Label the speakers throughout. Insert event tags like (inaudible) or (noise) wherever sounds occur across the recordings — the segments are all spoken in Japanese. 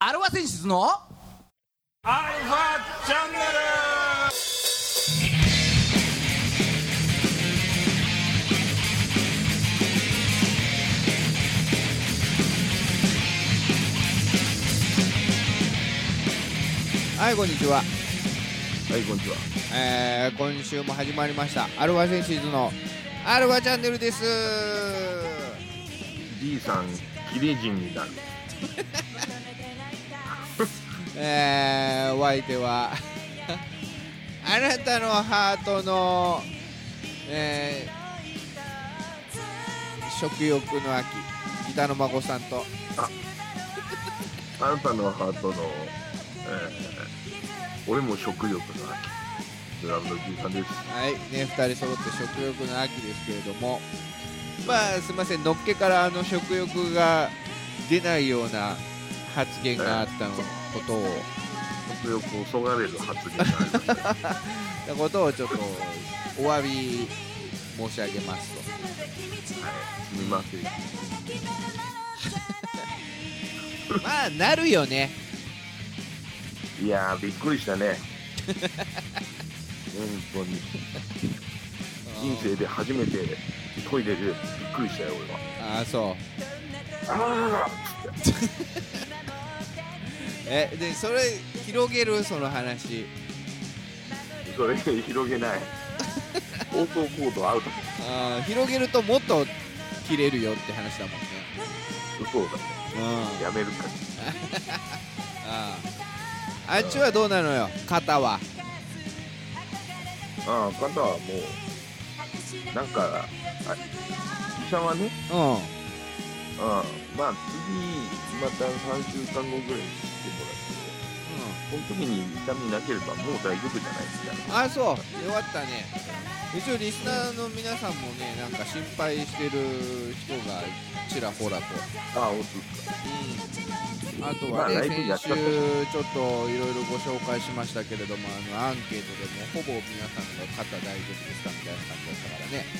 Speaker 1: アルファ選出の
Speaker 2: アルファチャンネル
Speaker 3: はいこんにちは、
Speaker 2: はいこんにちは
Speaker 3: えー、今週も始まりましたアルファセンシーズのアルファチャンネルです
Speaker 2: D さんキリジンになる
Speaker 3: えー、お相手は (laughs) あなたのハートの、えー食欲の秋ギの孫さんと
Speaker 2: あなたのハートの、えー、俺も食欲の秋ドラムの D さんです
Speaker 3: はいね、2人揃って食欲の秋ですけれども、まあ、すみません、のっけからあの食欲が出ないような発言があったのことを、
Speaker 2: 食欲をそがれる発言がありました
Speaker 3: なことをちょっとお詫び申し上げますと。
Speaker 2: すみません
Speaker 3: まあ、なるよね、
Speaker 2: いやーびっくりしたね本当に人生で初めてトイレでびっくりしたよ
Speaker 3: ああ、そう。
Speaker 2: 俺はあーっつって
Speaker 3: えでそれ広げるその話
Speaker 2: それ広げない放送コードアウト
Speaker 3: あー広げるともっと切れるよって話だもんね
Speaker 2: そうだね
Speaker 3: うん
Speaker 2: やめるか
Speaker 3: あーあっちはどうなのよ肩は
Speaker 2: ああ肩はもうなんかあ医者はね
Speaker 3: うん
Speaker 2: ああまあ次また3週間後ぐらいに来てもらってその時に痛みなければもう大丈夫じゃないですか
Speaker 3: あそうよかったね一応リスナーの皆さんもねなんか心配してる人がちらほらと、
Speaker 2: ああおすすか
Speaker 3: あと
Speaker 2: ま
Speaker 3: は
Speaker 2: あ
Speaker 3: ね
Speaker 2: ライブや
Speaker 3: 先週
Speaker 2: った
Speaker 3: ち
Speaker 2: と
Speaker 3: ょっといろいろご紹介しましたけれどもあのアンケートでもほぼ皆さんが肩大丈夫ですかみたいな感じだったからね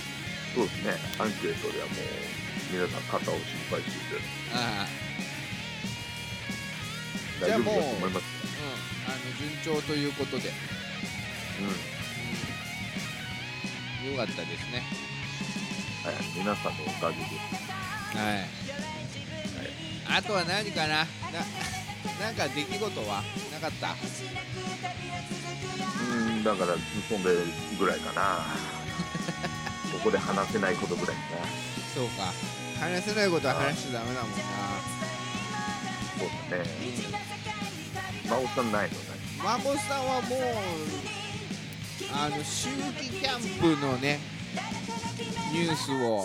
Speaker 2: そうですねアンケートではもう皆さん肩を心配し
Speaker 3: ああ
Speaker 2: てて大丈夫だと思います
Speaker 3: うんあの順調ということで
Speaker 2: うん
Speaker 3: 良かったですね
Speaker 2: はい皆さんのおかげで
Speaker 3: はい、あとは何かなななんか出来事はなかった
Speaker 2: うんだからそれぐらいかな (laughs) ここで話せないことぐらいかな
Speaker 3: そうか話せないことは話しちゃダメだもんな
Speaker 2: そうだね真央さんないのね
Speaker 3: 孫さんはもうあの秋季キャンプのねニュースを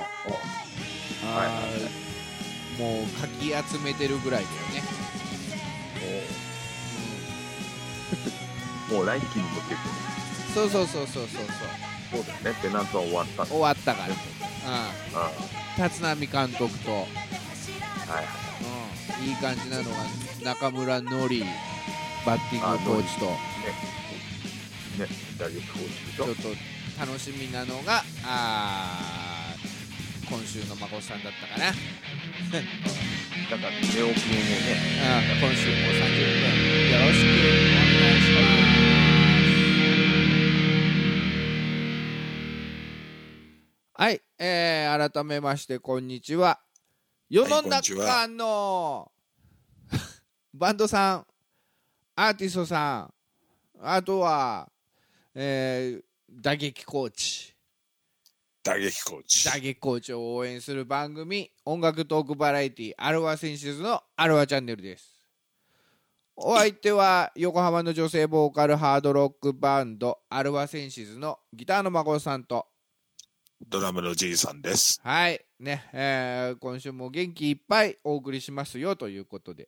Speaker 2: はい
Speaker 3: あーもうかき集めてるぐらいだよね、
Speaker 2: もうもう来季に向けて
Speaker 3: そうそうそうそうそう
Speaker 2: そうだねペナントは終わった
Speaker 3: そう終わったから、うん、
Speaker 2: あ
Speaker 3: 立浪監督と、
Speaker 2: あはい
Speaker 3: うん、いい感じなのが中村紀律バッティングコーチと
Speaker 2: ねね大丈夫コーチでし
Speaker 3: ち
Speaker 2: ょ
Speaker 3: ょっと楽しみなのがあー今週の孫さんだったかな、うん、
Speaker 2: だからネオ君もね
Speaker 3: 今週も30分よろしくお願いしますはい、えー、改めましてこんにちは世の
Speaker 4: はいこんにち
Speaker 3: 中
Speaker 4: は
Speaker 3: のバンドさんアーティストさんあとは、えー打撃コーチ
Speaker 4: 打撃コーチ。
Speaker 3: 打撃コーチを応援する番組音楽トークバラエティアルワ選手のアルワチャンネルですお相手は横浜の女性ボーカルハードロックバンドアルワセンシズのギターの孫さんと
Speaker 4: ドラムのじいさんです。
Speaker 3: はいね、えー今週も元気いっぱいお送りしますよということで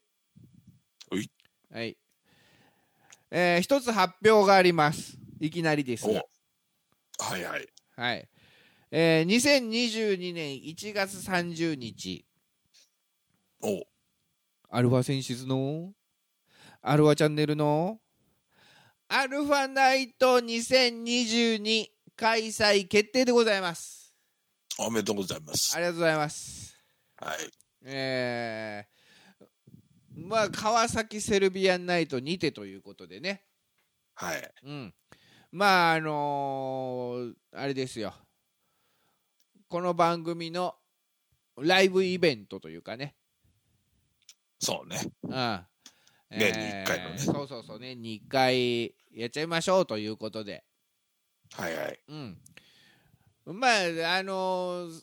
Speaker 4: うい
Speaker 3: はいえー一つ発表がありますいきなりです
Speaker 4: お
Speaker 3: が
Speaker 4: はいはい。
Speaker 3: はい。えー、2022年1月30日、
Speaker 4: お
Speaker 3: アルファ選出の、アルファチャンネルの、アルファナイト2022開催決定でございます。
Speaker 4: おめでとうございます
Speaker 3: あ。りがとうございます。
Speaker 4: はい。
Speaker 3: えー、まあ、川崎セルビアンナイトにてということでね、
Speaker 2: はい。
Speaker 3: うん、まああのーあれですよこの番組のライブイベントというかね、
Speaker 2: そうね。
Speaker 3: うん
Speaker 2: 年に一回の
Speaker 3: え
Speaker 2: ね
Speaker 3: ーそうそうそうね2回やっちゃいましょうということで
Speaker 2: はいはい。
Speaker 3: うん、まああのー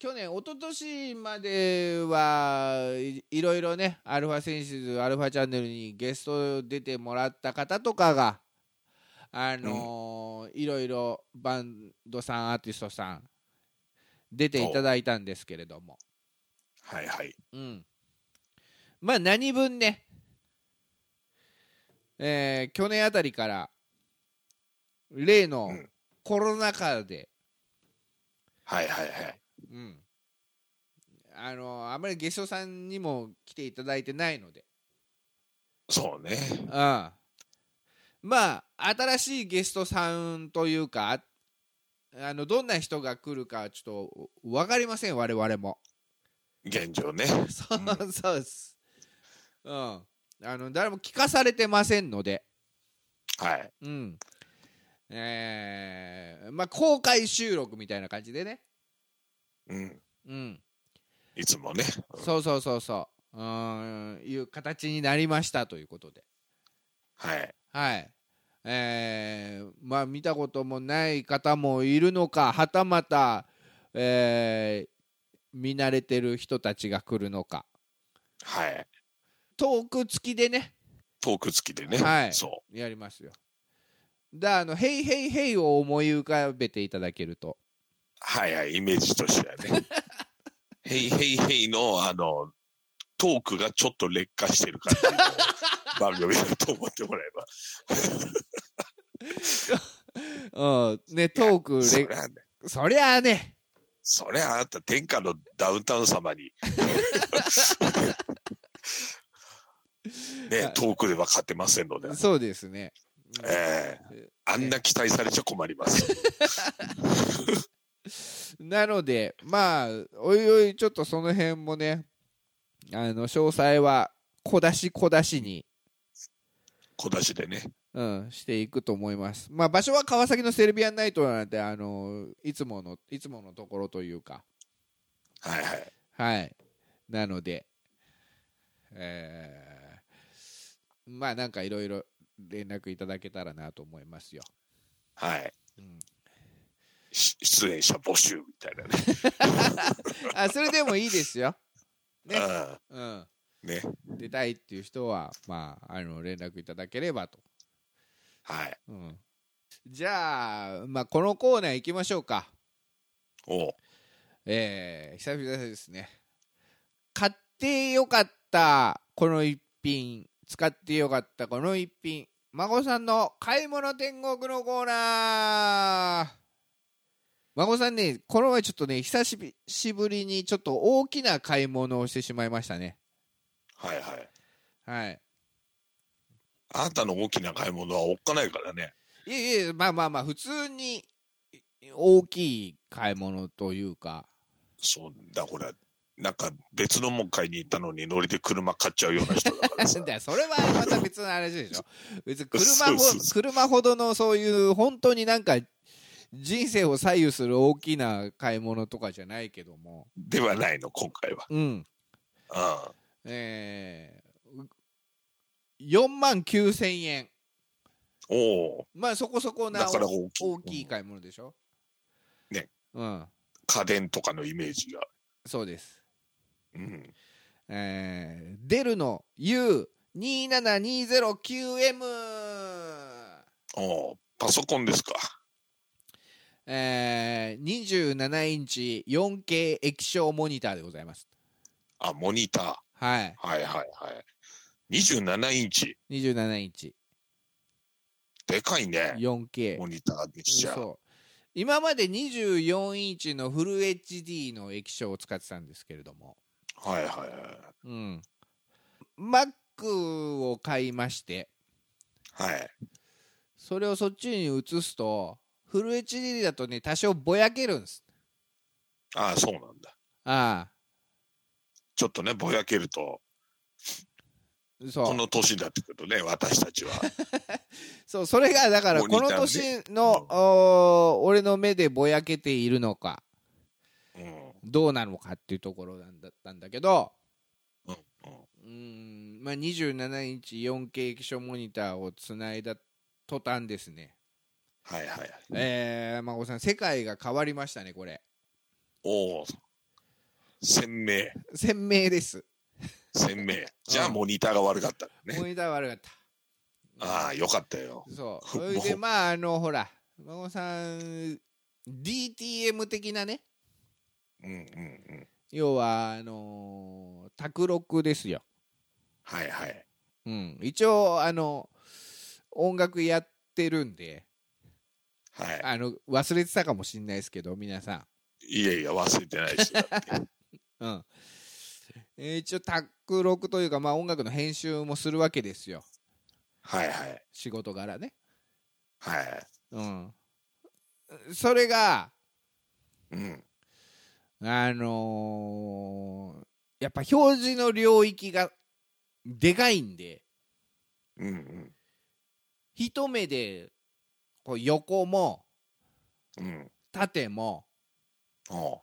Speaker 3: 去年一昨年まではいいろいろねアルファセンシズアルファチャンネルにゲスト出てもらった方とかがあのーいろいろバンドさんアーティストさん出ていただいたんですけれども、
Speaker 2: はいはい。
Speaker 3: うん、まあ何分ね、えー去年あたりから例の
Speaker 2: うん
Speaker 3: コロナ禍で、
Speaker 2: はいはいはい。
Speaker 3: うん、あのあまりゲストさんにも来ていただいてないので、
Speaker 2: そうね。
Speaker 3: うん、まあ新しいゲストさんというかああのどんな人が来るかちょっと分かりません我々も
Speaker 2: 現状ね。
Speaker 3: そう (laughs) そうですうんあの誰も聞かされてませんので
Speaker 2: はい。
Speaker 3: うんえーまあ公開収録みたいな感じでね
Speaker 2: うん。
Speaker 3: うん
Speaker 2: いつもね。
Speaker 3: そうそうそうそう。うーん、いう形になりましたということで。
Speaker 2: はい。
Speaker 3: はい。えーまあ見たこともない方もいるのか、はたまた、えー見慣れてる人たちが来るのか。
Speaker 2: はい。
Speaker 3: トーク付きでね、
Speaker 2: トーク付きでね。
Speaker 3: はい
Speaker 2: そ
Speaker 3: やりますよ。だあの、ヘイヘイヘイを思い浮かべていただけると。
Speaker 2: う。はいはい。イメージとしては (laughs) ね。ヘイヘイヘイの、あの、トークがちょっと劣化してる感じの番組だと思ってもらえば。
Speaker 3: うん、ね、トーク
Speaker 2: そり
Speaker 3: れ、
Speaker 2: ゃね、
Speaker 3: そりゃあね、
Speaker 2: そりゃあなた天下のダウンタウン様 (laughs) に。ね、トークでは勝てませんので。
Speaker 3: そうですね。
Speaker 2: ええあんな期待されちゃ困ります。
Speaker 3: なので、まあ、おいおい、ちょっとその辺もね、あの詳細は小出し小出しに、
Speaker 2: 小出しでね。
Speaker 3: うん、していくと思います。まあ、場所は川崎のセルビアンナイトなんで、あのいつもの、いつものところというか、
Speaker 2: はいはい。
Speaker 3: はい、なので、えーまあ、なんかいろいろ連絡いただけたらなと思いますよ。
Speaker 2: はい。
Speaker 3: うん
Speaker 2: し出演者募集みたいなね。
Speaker 3: あそれでもいいですよ。ね
Speaker 2: あ
Speaker 3: うん
Speaker 2: あね。
Speaker 3: 出たいっていう人は、まあ、あの連絡いただければと。
Speaker 2: はい。
Speaker 3: うん、じゃあ、まあ、このコーナー行きましょうか。
Speaker 2: おう
Speaker 3: えー、久々ですね。買ってよかったこの一品、使ってよかったこの一品、孫さんの買い物天国のコーナー。孫さんね、この前ちょっとね、久しぶりにちょっと大きな買い物をしてしまいましたね。
Speaker 2: はいはい。
Speaker 3: はい。
Speaker 2: あなたの大きな買い物はおっかないからね。
Speaker 3: いえいえ、まあまあまあ、普通に大きい買い物というか、 (laughs)
Speaker 2: そうだ、ほら。なんか別のもん買いに行ったのにノリで車買っちゃうような人だからさ
Speaker 3: だ。からそれはまた別の話でしょ別に車
Speaker 2: そう
Speaker 3: ほ
Speaker 2: (laughs) そうそう
Speaker 3: 車ほどのそういう本当になんか人生を左右する大きな買い物とかじゃないけども
Speaker 2: ではないの、今回は。
Speaker 3: うん
Speaker 2: うん。
Speaker 3: えー、4万9000円
Speaker 2: おお。
Speaker 3: まあそこそこな
Speaker 2: だから大きい
Speaker 3: 大きい買い物でしょ
Speaker 2: ね
Speaker 3: うん
Speaker 2: 家電とかのイメージが。
Speaker 3: そうです
Speaker 2: うん。
Speaker 3: えー、デルの U27209M
Speaker 2: おうパソコンですか。
Speaker 3: えー、27インチ 4K 液晶モニターでございます。
Speaker 2: あ、モニター。
Speaker 3: はい、
Speaker 2: はいはいはい。27インチ。
Speaker 3: 27インチ
Speaker 2: でかいね。
Speaker 3: 4K。
Speaker 2: モニターにしちゃう。
Speaker 3: そう今まで24インチのフル HD の液晶を使ってたんですけれども、
Speaker 2: はいはいはい。
Speaker 3: うん、Mac を買いまして、
Speaker 2: はい。
Speaker 3: それをそっちに移すと、フル HD だとね、多少ぼやけるんです。
Speaker 2: ああ、そうなんだ。
Speaker 3: ああ、
Speaker 2: ちょっとね、ぼやけると、
Speaker 3: そ
Speaker 2: こ
Speaker 3: う
Speaker 2: の年だってことね、私たち
Speaker 3: (laughs)
Speaker 2: は。
Speaker 3: そうそれがだから
Speaker 2: モニ
Speaker 3: こ
Speaker 2: ター
Speaker 3: の
Speaker 2: で
Speaker 3: 年のおー俺の目でぼやけているのか
Speaker 2: うん。
Speaker 3: どうなのかっていうところなんだったんだけど
Speaker 2: うん。
Speaker 3: うーん、まあ、27インチ 4K 液晶モニターをつないだ途端ですね、
Speaker 2: はいはいはい。
Speaker 3: えー、孫さん世界が変わりましたねこれ
Speaker 2: おお。鮮明。
Speaker 3: 鮮明です
Speaker 2: 鮮明。じゃあ、モニターが悪かった
Speaker 3: モ
Speaker 2: ね。
Speaker 3: ニター悪かった
Speaker 2: ああ、よかったよ。 (laughs)
Speaker 3: そうそれでまああのほら孫さん DTM 的なね
Speaker 2: うんうんうん。
Speaker 3: 要はあのー卓録ですよ、
Speaker 2: はいはい。
Speaker 3: うん、一応あの音楽やってるんで
Speaker 2: はい。
Speaker 3: あの忘れてたかもしれないですけど皆さん
Speaker 2: いやいや、忘れてな
Speaker 3: (laughs)
Speaker 2: いですよ。だって
Speaker 3: うんえー一応タック録というか、まあ、音楽の編集もするわけですよ
Speaker 2: はいはい。
Speaker 3: 仕事柄ね、
Speaker 2: はい。
Speaker 3: うん、それが、
Speaker 2: うん。
Speaker 3: あのーやっぱ表示の領域がでかいんで
Speaker 2: うんうん。
Speaker 3: 一目でこう横も
Speaker 2: うん。
Speaker 3: 縦も
Speaker 2: おう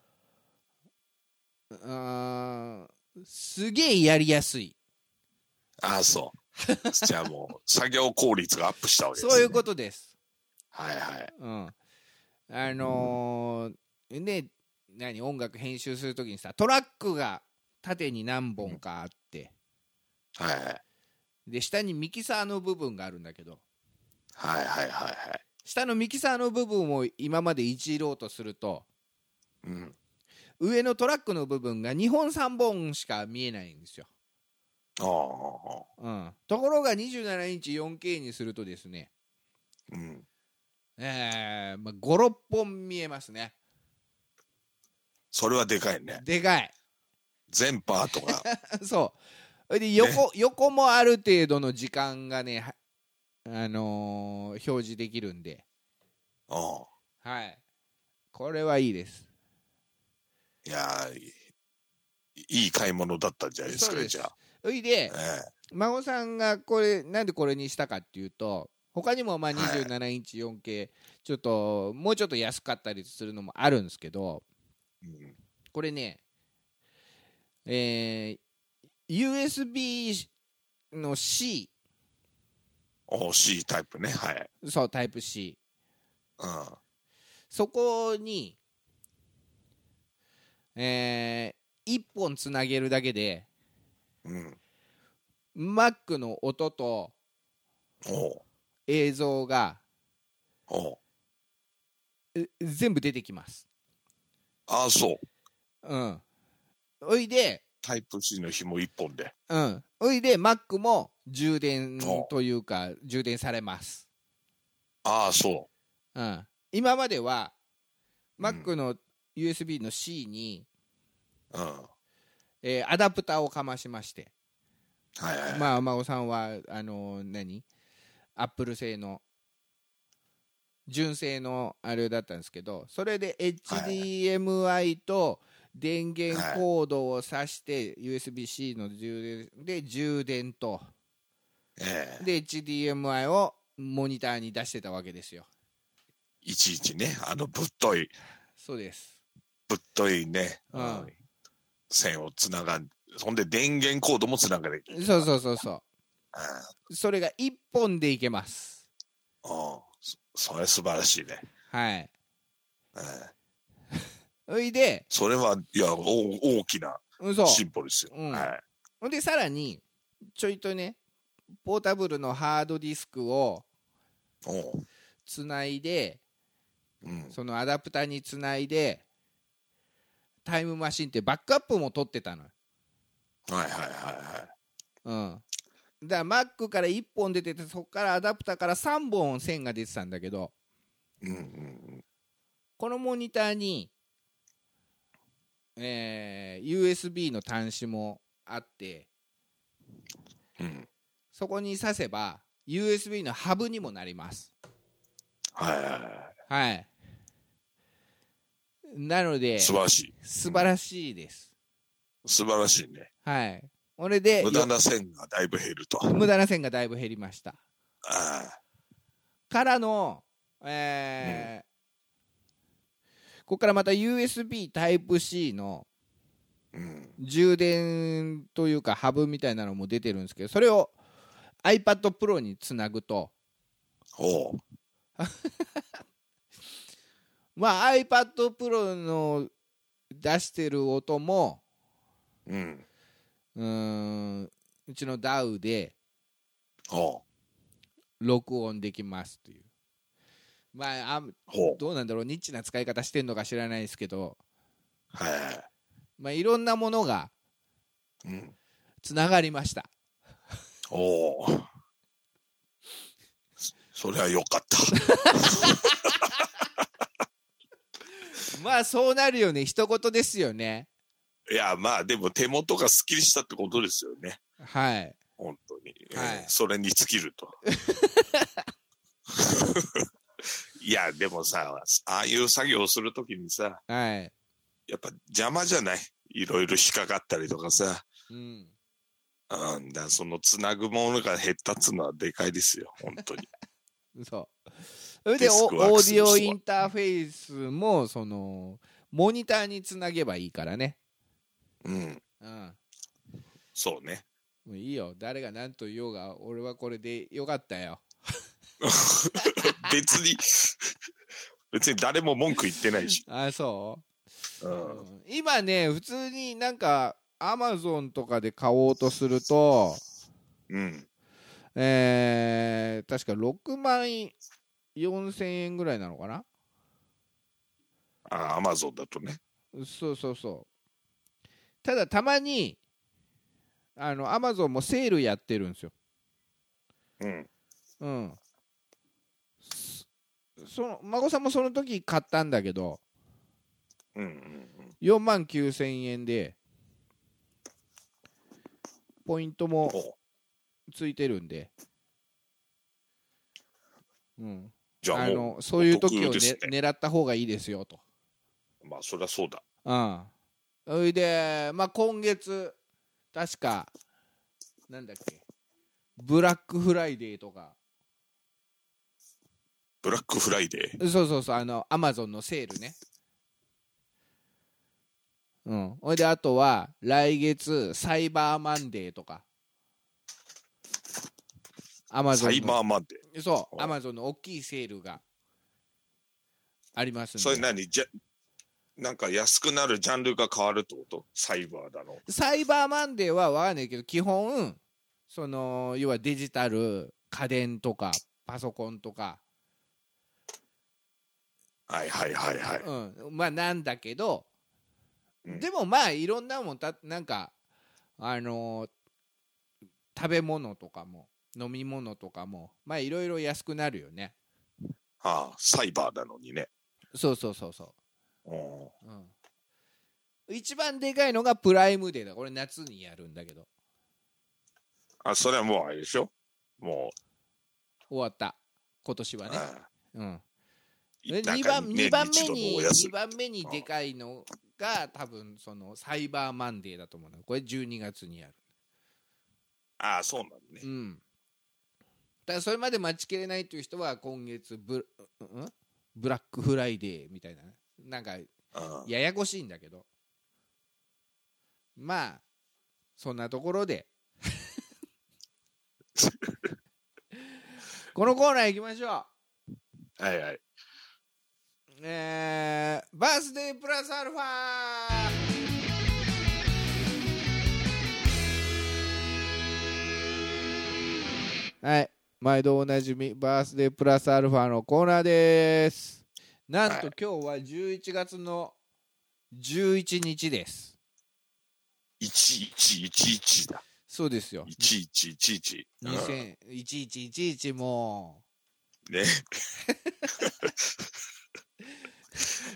Speaker 3: うーんすげえやりやすい
Speaker 2: ああ、そう。じゃあもう、作業効率がアップしたわけです、ね。
Speaker 3: そういうことです
Speaker 2: はいはい。
Speaker 3: うん、あのーね何音楽編集するときにさトラックが縦に何本かあって、
Speaker 2: はいはい。
Speaker 3: で下にミキサーの部分があるんだけど
Speaker 2: はいはいはいはい。
Speaker 3: 下のミキサーの部分を今までいじろうとすると
Speaker 2: うん。
Speaker 3: 上のトラックの部分が2本3本しか見えないんですよ、
Speaker 2: おうお
Speaker 3: うん、ところが27インチ 4K にするとですね、
Speaker 2: うおううん。
Speaker 3: えーまあ、56本見えますね
Speaker 2: それはでかいね。
Speaker 3: でかい
Speaker 2: 全パー
Speaker 3: (laughs)
Speaker 2: トが。
Speaker 3: そうそれで横横もある程度の時間がね、はあのー表示できるんで、
Speaker 2: おう
Speaker 3: はい、これはいいです。
Speaker 2: いやーいいいい買い物だったんじゃないです
Speaker 3: そう
Speaker 2: か、
Speaker 3: です
Speaker 2: じゃあ。
Speaker 3: それで
Speaker 2: え、え
Speaker 3: 孫さんがこれなんでこれにしたかっていうと他にもまあ
Speaker 2: はい
Speaker 3: 27インチ 4K ちょっともうちょっと安かったりするのもあるんですけど
Speaker 2: うん
Speaker 3: これね、えー USB の C
Speaker 2: おう C タイプね。はい。
Speaker 3: そうタイプ C
Speaker 2: うん。
Speaker 3: そこに、えー、1本つなげるだけで、
Speaker 2: うん。
Speaker 3: Mac の音と
Speaker 2: おう
Speaker 3: 映像が
Speaker 2: おう
Speaker 3: え全部出てきます。
Speaker 2: ああ、そう。
Speaker 3: うん。おいで、
Speaker 2: タイプ C の紐一本で。
Speaker 3: うん。おいで、Mac も充電
Speaker 2: お
Speaker 3: というか、充電されます。
Speaker 2: ああ、そ
Speaker 3: うん。今までは、Mac の USB の C に、
Speaker 2: う。うん。は
Speaker 3: えーアダプターをかましまして、
Speaker 2: いはい。
Speaker 3: まあ、お孫さんは、あの何アップル製の、純正のあれだったんですけど、それで HDMI と電源コードを挿して、USB-C の充電で充電と、
Speaker 2: ええ
Speaker 3: で、HDMI をモニターに出してたわけですよ。
Speaker 2: いちいちね、あのぶっとい、
Speaker 3: そうです。
Speaker 2: ぶっといね、
Speaker 3: うん
Speaker 2: 線をつながん、ほんで電源コードもつながれる。
Speaker 3: そうそうそうそ
Speaker 2: うん
Speaker 3: う。それが1本でいけます。
Speaker 2: うんそそれ素晴らしいね。
Speaker 3: はい。
Speaker 2: うん
Speaker 3: おいで、
Speaker 2: それは、いや、お大きな
Speaker 3: うんそう。
Speaker 2: 進歩ですよ。
Speaker 3: うん
Speaker 2: はい
Speaker 3: ほんでさらにちょいとねポータブルのハードディスクを
Speaker 2: おう
Speaker 3: つないで
Speaker 2: うん、
Speaker 3: そのアダプターにつないでタイムマシンってバックアップも取ってたのよ、
Speaker 2: はいはいは
Speaker 3: うん、だから Mac から1本出ててそこからアダプターから3本線が出てたんだけど
Speaker 2: いはい。うんうん
Speaker 3: このモニターに、えー USB の端子もあって
Speaker 2: うんうん。
Speaker 3: そこに挿せば USB のハブにもなります
Speaker 2: はいはいは
Speaker 3: はいなので
Speaker 2: い。素晴らしい。
Speaker 3: 素晴らしいです。
Speaker 2: 素晴らしいね。
Speaker 3: はい。それで
Speaker 2: 無駄な線がだいぶ減ると。
Speaker 3: 無駄な線がだいぶ減りました
Speaker 2: あ
Speaker 3: からの、えーここからまた USB タイプ C の
Speaker 2: ーうん、
Speaker 3: 充電というかハブみたいなのも出てるんですけどそれを iPad Pro につなぐと、
Speaker 2: おう
Speaker 3: まあ、iPad Pro の出してる音も
Speaker 2: うん、
Speaker 3: うーんうちの DAW で
Speaker 2: おう
Speaker 3: 録音できますという。まあ、あん
Speaker 2: ほう
Speaker 3: どうなんだろうニッチな使い方してんのか知らないですけど、
Speaker 2: は
Speaker 3: まあ、いろんなものが
Speaker 2: い、うん、
Speaker 3: つながりました
Speaker 2: おうそそれはよかった。
Speaker 3: (laughs) まあそうなるよね一言ですよね
Speaker 2: いや、まあでも手元がスッキリしたってことですよね。
Speaker 3: はい
Speaker 2: 本当に。
Speaker 3: はい
Speaker 2: うんそれに尽きる
Speaker 3: (laughs)
Speaker 2: と。 (laughs) いや、でもさ、ああいう作業をするときにさ、
Speaker 3: はい
Speaker 2: やっぱ邪魔じゃないいろいろ引っかかったりとかさ。
Speaker 3: うん
Speaker 2: うん、だからそのつなぐものが減ったっつうのはでかいですよ、本当
Speaker 3: (laughs)
Speaker 2: に。
Speaker 3: そうそれで
Speaker 2: デ
Speaker 3: お
Speaker 2: スクワー
Speaker 3: オ
Speaker 2: ク
Speaker 3: ー
Speaker 2: ス
Speaker 3: ディ
Speaker 2: の人は
Speaker 3: オインターフェースもそのモニターにつなげばいいからね
Speaker 2: うん、
Speaker 3: うん
Speaker 2: そう
Speaker 3: (laughs)
Speaker 2: ね。
Speaker 3: もういいよ誰が何と言おうが俺はこれでよかったよ
Speaker 2: 別に、別に誰も文句言ってないし。
Speaker 3: あそうう、う
Speaker 2: ん、
Speaker 3: ん今ね普通になんかアマゾンとかで買おうとすると
Speaker 2: うん、
Speaker 3: えー、確か6万4000円ぐらいなのかな
Speaker 2: あアマゾンだとね。
Speaker 3: そうそうそうただたまにあのアマゾンもセールやってるんですよ
Speaker 2: うん、
Speaker 3: うんそその孫さんもその時買ったんだけど
Speaker 2: うん、うん
Speaker 3: 4万9000円でポイント
Speaker 2: うん。
Speaker 3: も
Speaker 2: お
Speaker 3: ついてるんでうん
Speaker 2: じゃあ
Speaker 3: あ
Speaker 2: も
Speaker 3: のそういう時
Speaker 2: お
Speaker 3: を、
Speaker 2: 得
Speaker 3: ね
Speaker 2: です
Speaker 3: 狙った方がいいですよと
Speaker 2: う、まあそりゃそうだ。
Speaker 3: うんそれで、まあ、今月確かなんだっけブラックフライデーとか
Speaker 2: ブラックフライデー。
Speaker 3: そうそうそうあのアマゾンのセールねうんそれであとは来月サイバーマンデーとかアマゾ
Speaker 2: サイ
Speaker 3: ンの
Speaker 2: バーマンデ
Speaker 3: そう
Speaker 2: はい
Speaker 3: アマゾンの大きいセールがありますん
Speaker 2: ー。
Speaker 3: で
Speaker 2: それ何じゃ、なんか安くなるジャンルが変わるってことサイバーだの。
Speaker 3: サイバーマンデーはわかんないけど基本その要はデジタル家電とかパソコンとか、
Speaker 2: はいはいはいはい。
Speaker 3: うん、まあなんだけど、
Speaker 2: うん
Speaker 3: でもまあいろんなもんたなんかあのー食べ物とかも飲み物とかもまあいろいろ安くなるよね
Speaker 2: ああ、サイバーなのにね。
Speaker 3: そうそうそうそ
Speaker 2: うん
Speaker 3: う、うん、一番でかいのがプライムデーだこれ夏にやるんだけど
Speaker 2: あ、それはもうあれでしょも
Speaker 3: 終わった今年は
Speaker 2: う、
Speaker 3: ねうん
Speaker 2: うん
Speaker 3: 2番二番目に二
Speaker 2: 2
Speaker 3: 番目にでかいのが多分そのサイバーマンデーだと思うのこれ12月にやる
Speaker 2: ああ、そうなんね
Speaker 3: う。んだからそれまで待ちきれないという人は今月ブ,、うん、ブラックフライデーみたいななんか
Speaker 2: うん
Speaker 3: ややこしいんだけどまあそんなところでこのコーナー行きましょう
Speaker 2: はいはい。
Speaker 3: えー、バースデープラスアルファはい毎度おなじみバースデープラスアルファのコーナーですなんと
Speaker 2: はい
Speaker 3: 今日は11月の11日です
Speaker 2: 1111だ。
Speaker 3: そうですよ
Speaker 2: 1111。うん
Speaker 3: 2011も
Speaker 2: ね。 (laughs)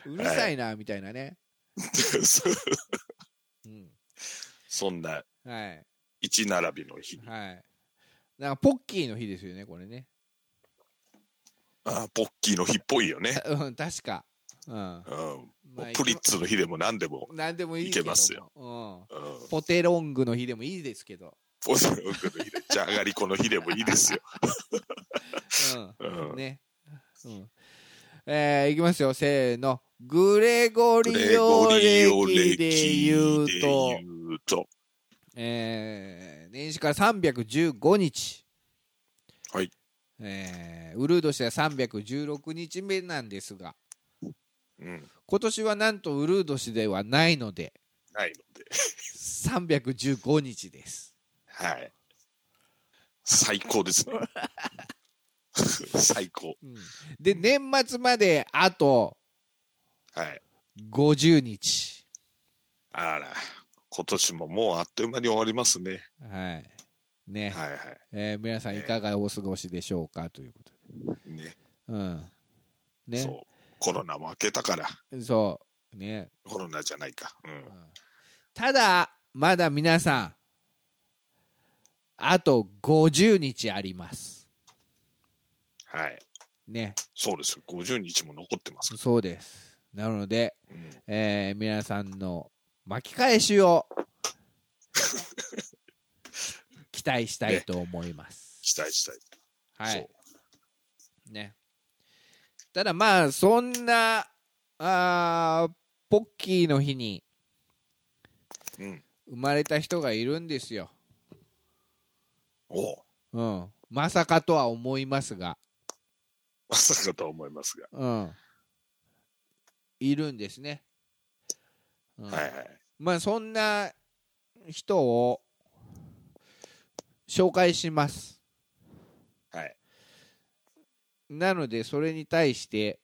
Speaker 3: ううるさいなみたいなね、
Speaker 2: そ
Speaker 3: うん
Speaker 2: そんな
Speaker 3: はい
Speaker 2: 1並びの日。
Speaker 3: はいなんかポッキーの日ですよねこれね (laughs)
Speaker 2: ああ、ポッキーの日っぽいよね。
Speaker 3: うん確かうん
Speaker 2: うん。
Speaker 3: まあ
Speaker 2: プリッツの日でも何でも、
Speaker 3: 何でもいいけども
Speaker 2: いけますよ、
Speaker 3: う
Speaker 2: うん、
Speaker 3: ん、ポテロングの日でもいいですけど、
Speaker 2: ポセロングの日でじゃがりこの日でもいいですよ、う
Speaker 3: うん、
Speaker 2: ん、
Speaker 3: ね、うんえーいきますよせーのグレゴリオ歴で言う
Speaker 2: で
Speaker 3: と、
Speaker 2: 言うと
Speaker 3: えー年始から315日
Speaker 2: はい
Speaker 3: えーウルード氏は316日目なんですが
Speaker 2: うん
Speaker 3: 今年はなんとウルード氏ではないので
Speaker 2: ないので
Speaker 3: 315日です
Speaker 2: はい最高ですね最高
Speaker 3: で年末まであと
Speaker 2: はい
Speaker 3: 50日
Speaker 2: あら今年ももうあっという間に終わりますね
Speaker 3: はいね、
Speaker 2: はいは
Speaker 3: えー皆さんいかがお過ごしでしょうかということで
Speaker 2: いね
Speaker 3: うんね
Speaker 2: そうコロナも明けたから
Speaker 3: そうね、
Speaker 2: コロナじゃないかう
Speaker 3: うん
Speaker 2: ん
Speaker 3: ただまだ皆さんあと50日あります
Speaker 2: はい
Speaker 3: ね
Speaker 2: そうですよ50日も残ってます、
Speaker 3: そうですなので、
Speaker 2: うん
Speaker 3: えー皆さんの巻き返しを期待したいと思います、
Speaker 2: 期待したい
Speaker 3: は
Speaker 2: そ
Speaker 3: いね。ただまあ、そんな、あーポッキーの日に
Speaker 2: う、うん、
Speaker 3: 生まれた人がいるんですよ。
Speaker 2: おう
Speaker 3: うん。まさかとは思いますが、
Speaker 2: まさかとは思いますが、
Speaker 3: うん。いるんですね。うん
Speaker 2: はいはい
Speaker 3: まあ、そんな人を紹介します。
Speaker 2: はい
Speaker 3: なので、それに対して、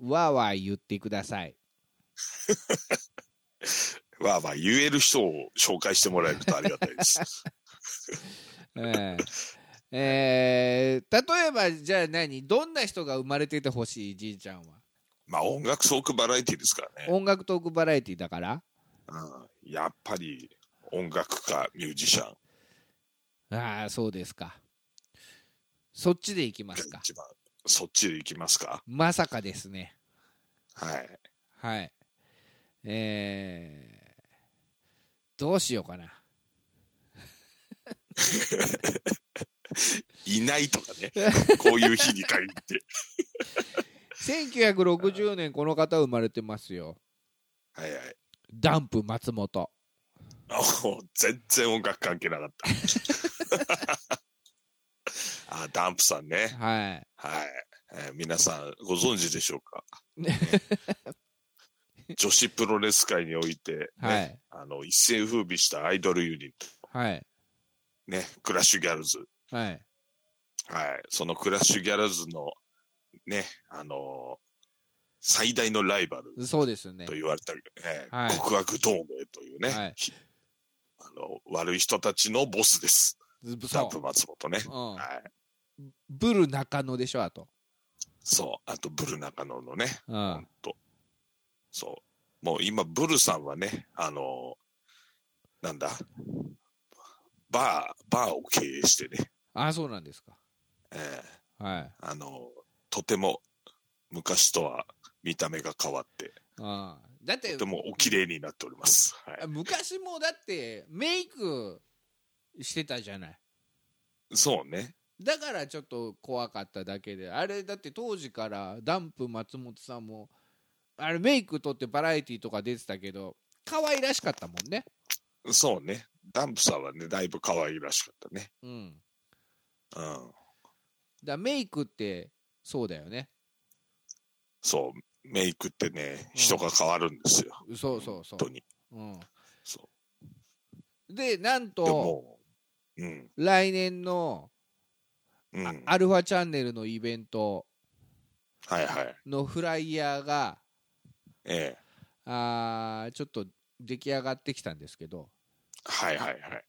Speaker 3: わーわー言ってください。
Speaker 2: わあわあ言える人を紹介してもらえるとありがたいです
Speaker 3: (laughs)
Speaker 2: (laughs)
Speaker 3: えええー例えばじゃあ何どんな人が生まれててほしいじいちゃんは
Speaker 2: まあ音楽トークバラエティですからね、
Speaker 3: 音楽トークバラエティだから
Speaker 2: うん、やっぱり音楽家ミュージシャン
Speaker 3: ああそうですかそっちでいきますか
Speaker 2: が一番そっちでいきますか
Speaker 3: まさかですね
Speaker 2: はい
Speaker 3: はいえー、どうしようかない (laughs)
Speaker 2: ないとかね、こういう日に限って。
Speaker 3: 1960年この方生まれてますよ
Speaker 2: はいはい。
Speaker 3: ダンプ松本
Speaker 2: あもう全然音楽関係なかった。 (laughs) あダンプさんね。
Speaker 3: はい
Speaker 2: はい、えー皆さんご存知でしょうか。女子プロレス界において、ね
Speaker 3: はい
Speaker 2: あの一世風靡したアイドルユニット、
Speaker 3: はい
Speaker 2: ね、クラッシュギャルズ。
Speaker 3: はい
Speaker 2: はい。そのクラッシュギャルズの、ね、あのー最大のライバル
Speaker 3: そうですね
Speaker 2: と言われたり、ね
Speaker 3: はい
Speaker 2: 極悪同盟というね、
Speaker 3: はい
Speaker 2: ひあの悪い人たちのボスです。ダン
Speaker 3: そ
Speaker 2: プ松本ね。
Speaker 3: う、うん、
Speaker 2: はい、
Speaker 3: ブル中野でしょあと
Speaker 2: そう、あとブル中野のね、
Speaker 3: うん
Speaker 2: ほんと。そう。もう今、ブルさんはね、あのーなんだ、バー、バーを経営してね、
Speaker 3: あそうなんですか。
Speaker 2: えー
Speaker 3: はい。
Speaker 2: あのーとても昔とは見た目が変わって、
Speaker 3: あだって
Speaker 2: とて、もお綺麗になっております。はい、
Speaker 3: 昔もだって、メイクしてたじゃない。
Speaker 2: そうね。
Speaker 3: だからちょっと怖かっただけで、あれだって当時からダンプ松本さんも、あれメイク取ってバラエティーとか出てたけど、可愛らしかったもんね。
Speaker 2: そうね。ダンプさんはね、だいぶ可愛いらしかったね。
Speaker 3: うん。だか
Speaker 2: うん。
Speaker 3: らメイクって、そうだよね。
Speaker 2: そう。メイクってね、
Speaker 3: うん
Speaker 2: 人が変わるんですよ。
Speaker 3: そうそうそ
Speaker 2: 本当に。
Speaker 3: う。う
Speaker 2: そ
Speaker 3: ん、で、なん
Speaker 2: う。で
Speaker 3: と、
Speaker 2: も、うん。
Speaker 3: 来年の
Speaker 2: うん。はい
Speaker 3: アルファチャンネルのイベント
Speaker 2: はい。
Speaker 3: のフライヤーが、
Speaker 2: ええ。
Speaker 3: あーちょっと出来上がってきたんですけど、
Speaker 2: はいはいはい。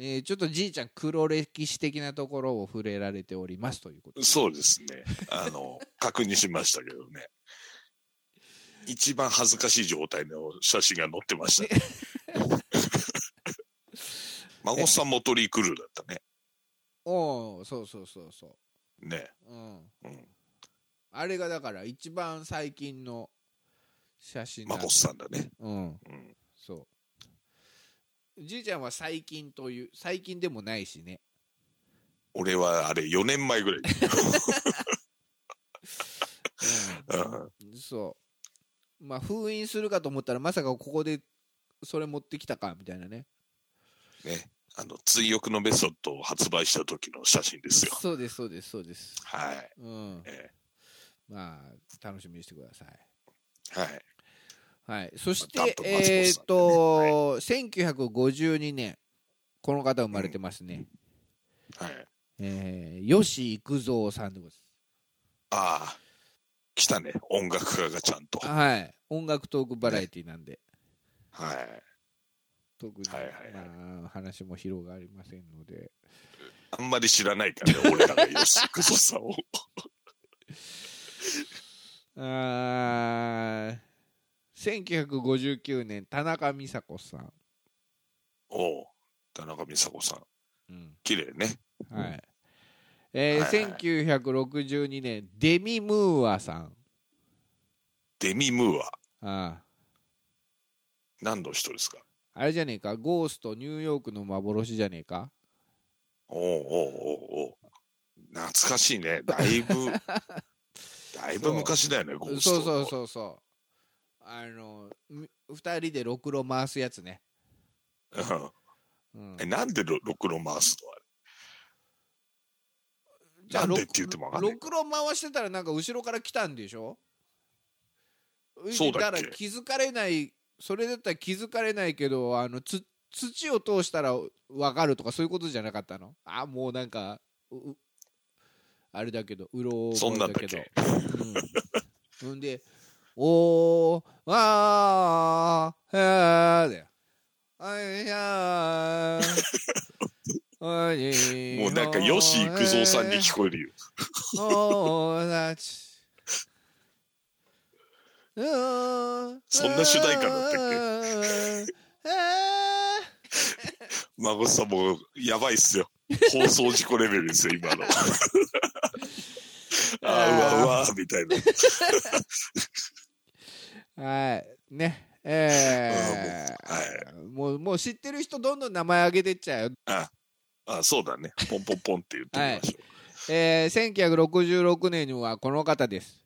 Speaker 3: えーちょっとじいちゃん黒歴史的なところを触れられておりますということ
Speaker 2: そうですね。あの、 (laughs) 確認しましたけどね。一番恥ずかしい状態の写真が載ってました、
Speaker 3: (laughs)
Speaker 2: ね。孫さんもトリークルーだったね。
Speaker 3: おおそうそうそうそ
Speaker 2: ね。
Speaker 3: う、うん、
Speaker 2: うん。
Speaker 3: あれがだから一番最近の写真
Speaker 2: まあ、
Speaker 3: ん
Speaker 2: おっさんだね。
Speaker 3: うん
Speaker 2: うん。
Speaker 3: そうじいちゃんは最近という最近でもないしね
Speaker 2: 俺はあれ4年前ぐ
Speaker 3: (laughs)
Speaker 2: らい。うん
Speaker 3: うん
Speaker 2: (laughs)
Speaker 3: そうまあ封印するかと思ったらまさかここでそれ持ってきたかみたいなね
Speaker 2: ね。あの、追憶のメソッドを発売した時の写真ですよ。
Speaker 3: そうですそうですそうです
Speaker 2: はい。
Speaker 3: うん
Speaker 2: え
Speaker 3: まあ楽しみにしてください
Speaker 2: えはい。
Speaker 3: はい、そして、
Speaker 2: ダンプ松本さんね
Speaker 3: えーっと、1952年この方生まれてますね、
Speaker 2: はい。
Speaker 3: えー吉幾三さんでござい
Speaker 2: ああ。来たね。音楽家がちゃんと。
Speaker 3: ます
Speaker 2: はい。
Speaker 3: はい音楽トークバラエティなんで、特に、
Speaker 2: はいはいはい
Speaker 3: まあ、話も広がりませんので
Speaker 2: あんまり知らないからね、俺らが吉幾三さん
Speaker 3: (laughs)
Speaker 2: を。
Speaker 3: あー1959年田中美佐子さん、
Speaker 2: おう田中美佐子さん。
Speaker 3: うん
Speaker 2: 綺麗ね。
Speaker 3: はいえー
Speaker 2: はいはい
Speaker 3: 1962年デミ・ムーアさん
Speaker 2: デミムーア。
Speaker 3: あー
Speaker 2: 何の人ですか
Speaker 3: あれじゃねえかゴーストニューヨークの幻じゃねえか
Speaker 2: おうおうおうおう懐かしいね。だい
Speaker 3: (laughs)
Speaker 2: ぶ、だいぶ昔だよね、ゴース
Speaker 3: そ
Speaker 2: ト
Speaker 3: うそうそうそうあのみ二人でろくろ回すやつね、
Speaker 2: うん
Speaker 3: うん
Speaker 2: え、なんでろろくろ回すのあれなんでって言ってもわかんない
Speaker 3: ろくろ回してたらなんか後ろから来たんでしょ
Speaker 2: そうだっけ
Speaker 3: から気づかれないそれだったら気づかれないけどあのつ土を通したら分かるとかそういうことじゃなかったのあもうなんかううあれだけどうろ覚え
Speaker 2: そんなんだっけ
Speaker 3: うん、ほんで「おーあーあー」だよ「あい
Speaker 2: (laughs)
Speaker 3: やー」
Speaker 2: もうなんか、吉幾三さんに聞こえるよ。
Speaker 3: 友達そ
Speaker 2: んな主題歌だった
Speaker 3: っ
Speaker 2: 孫さんもやばいっすよ。
Speaker 3: (laughs)
Speaker 2: 放送事故レベルですよ、今の。ああ、うわうわ、みたいな。
Speaker 3: けはいねえーもうもう知ってる人どんどん名前挙げてっちゃうよ、
Speaker 2: あそうだね。ポンポンポンって言ってみましょ
Speaker 3: えー、1966年にはこの方です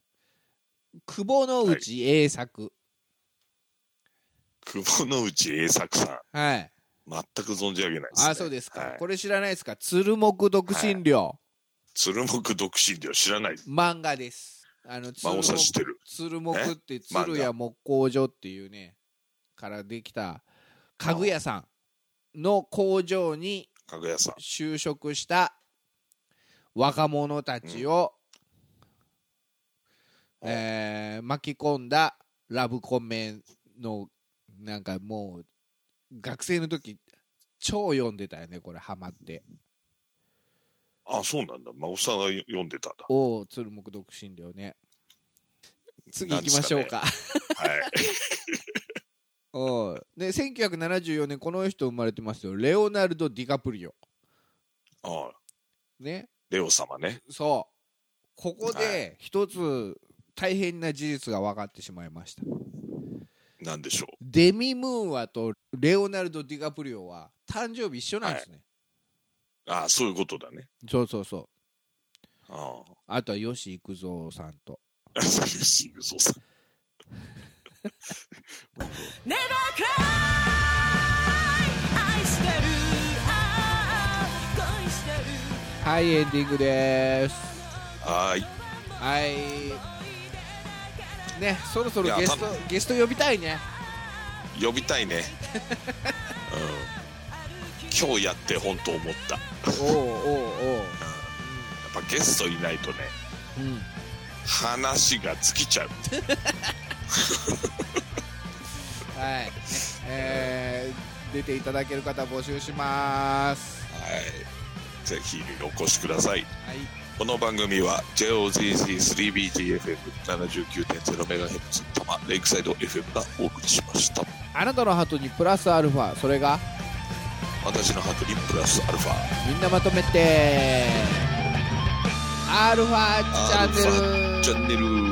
Speaker 3: 久保之内栄作
Speaker 2: う。久保之内栄作さん。
Speaker 3: はい、
Speaker 2: 全く存じ上げないです、ね。
Speaker 3: あそうですか、
Speaker 2: はい
Speaker 3: これ知らないですか鶴木独身寮、
Speaker 2: 鶴木独身寮知らない。
Speaker 3: 漫画ですあの
Speaker 2: 孫さん知ってる。
Speaker 3: 鶴木って
Speaker 2: 漫画
Speaker 3: 鶴屋木工所っていうねからできた家具屋さんの工場に
Speaker 2: かぐやさん。
Speaker 3: 就職した若者たちを、
Speaker 2: うん
Speaker 3: えー巻き込んだラブコメのなんかもう学生の時超読んでたよねこれハマって
Speaker 2: あ、そうなんだ。孫さんがよ読んでたんだ。
Speaker 3: おお鶴木独身寮ね次行きましょうか
Speaker 2: はい。
Speaker 3: おうで1974年この人生まれてますよレオナルド・ディカプリオ
Speaker 2: ああ
Speaker 3: ね
Speaker 2: レオ様ね。
Speaker 3: そうここ
Speaker 2: は
Speaker 3: で一つ大変な事実が分かってしまいました
Speaker 2: なんでしょ
Speaker 3: デミ・ムーアとレオナルド・ディカプリオは誕生日一緒なんですね、
Speaker 2: う。ああ、そういうことだね。
Speaker 3: そうそうそう
Speaker 2: ああ。
Speaker 3: あとは吉幾三さんと
Speaker 2: (laughs) シグソさん。
Speaker 5: Never cry 愛してるああ恋してる
Speaker 3: はいエンディングです
Speaker 2: はーい。
Speaker 3: はいねそろそ
Speaker 2: い
Speaker 3: ろ
Speaker 2: や
Speaker 3: ゲスト
Speaker 2: 多分
Speaker 3: ゲスト呼びたいね
Speaker 2: 呼びたいね。 (laughs) うん。今日やって本当思った。や
Speaker 3: おうおうおう
Speaker 2: っぱゲストいないとね、
Speaker 3: うん
Speaker 2: 話が尽きちゃう。
Speaker 3: はい、えー出ていただける方募集します。
Speaker 2: はい。ぜひお越しくださ
Speaker 3: は
Speaker 2: い。
Speaker 3: い、
Speaker 2: この番組は JOZZ3BGFM79.0MHz 多摩レイクサイド FM がお送りしました。
Speaker 3: あなたのハートにプラスアルファ、それが
Speaker 2: 私のハートにプラスアルファ。
Speaker 3: みんなまとめて。
Speaker 6: アルファチャンネル
Speaker 3: チャンネル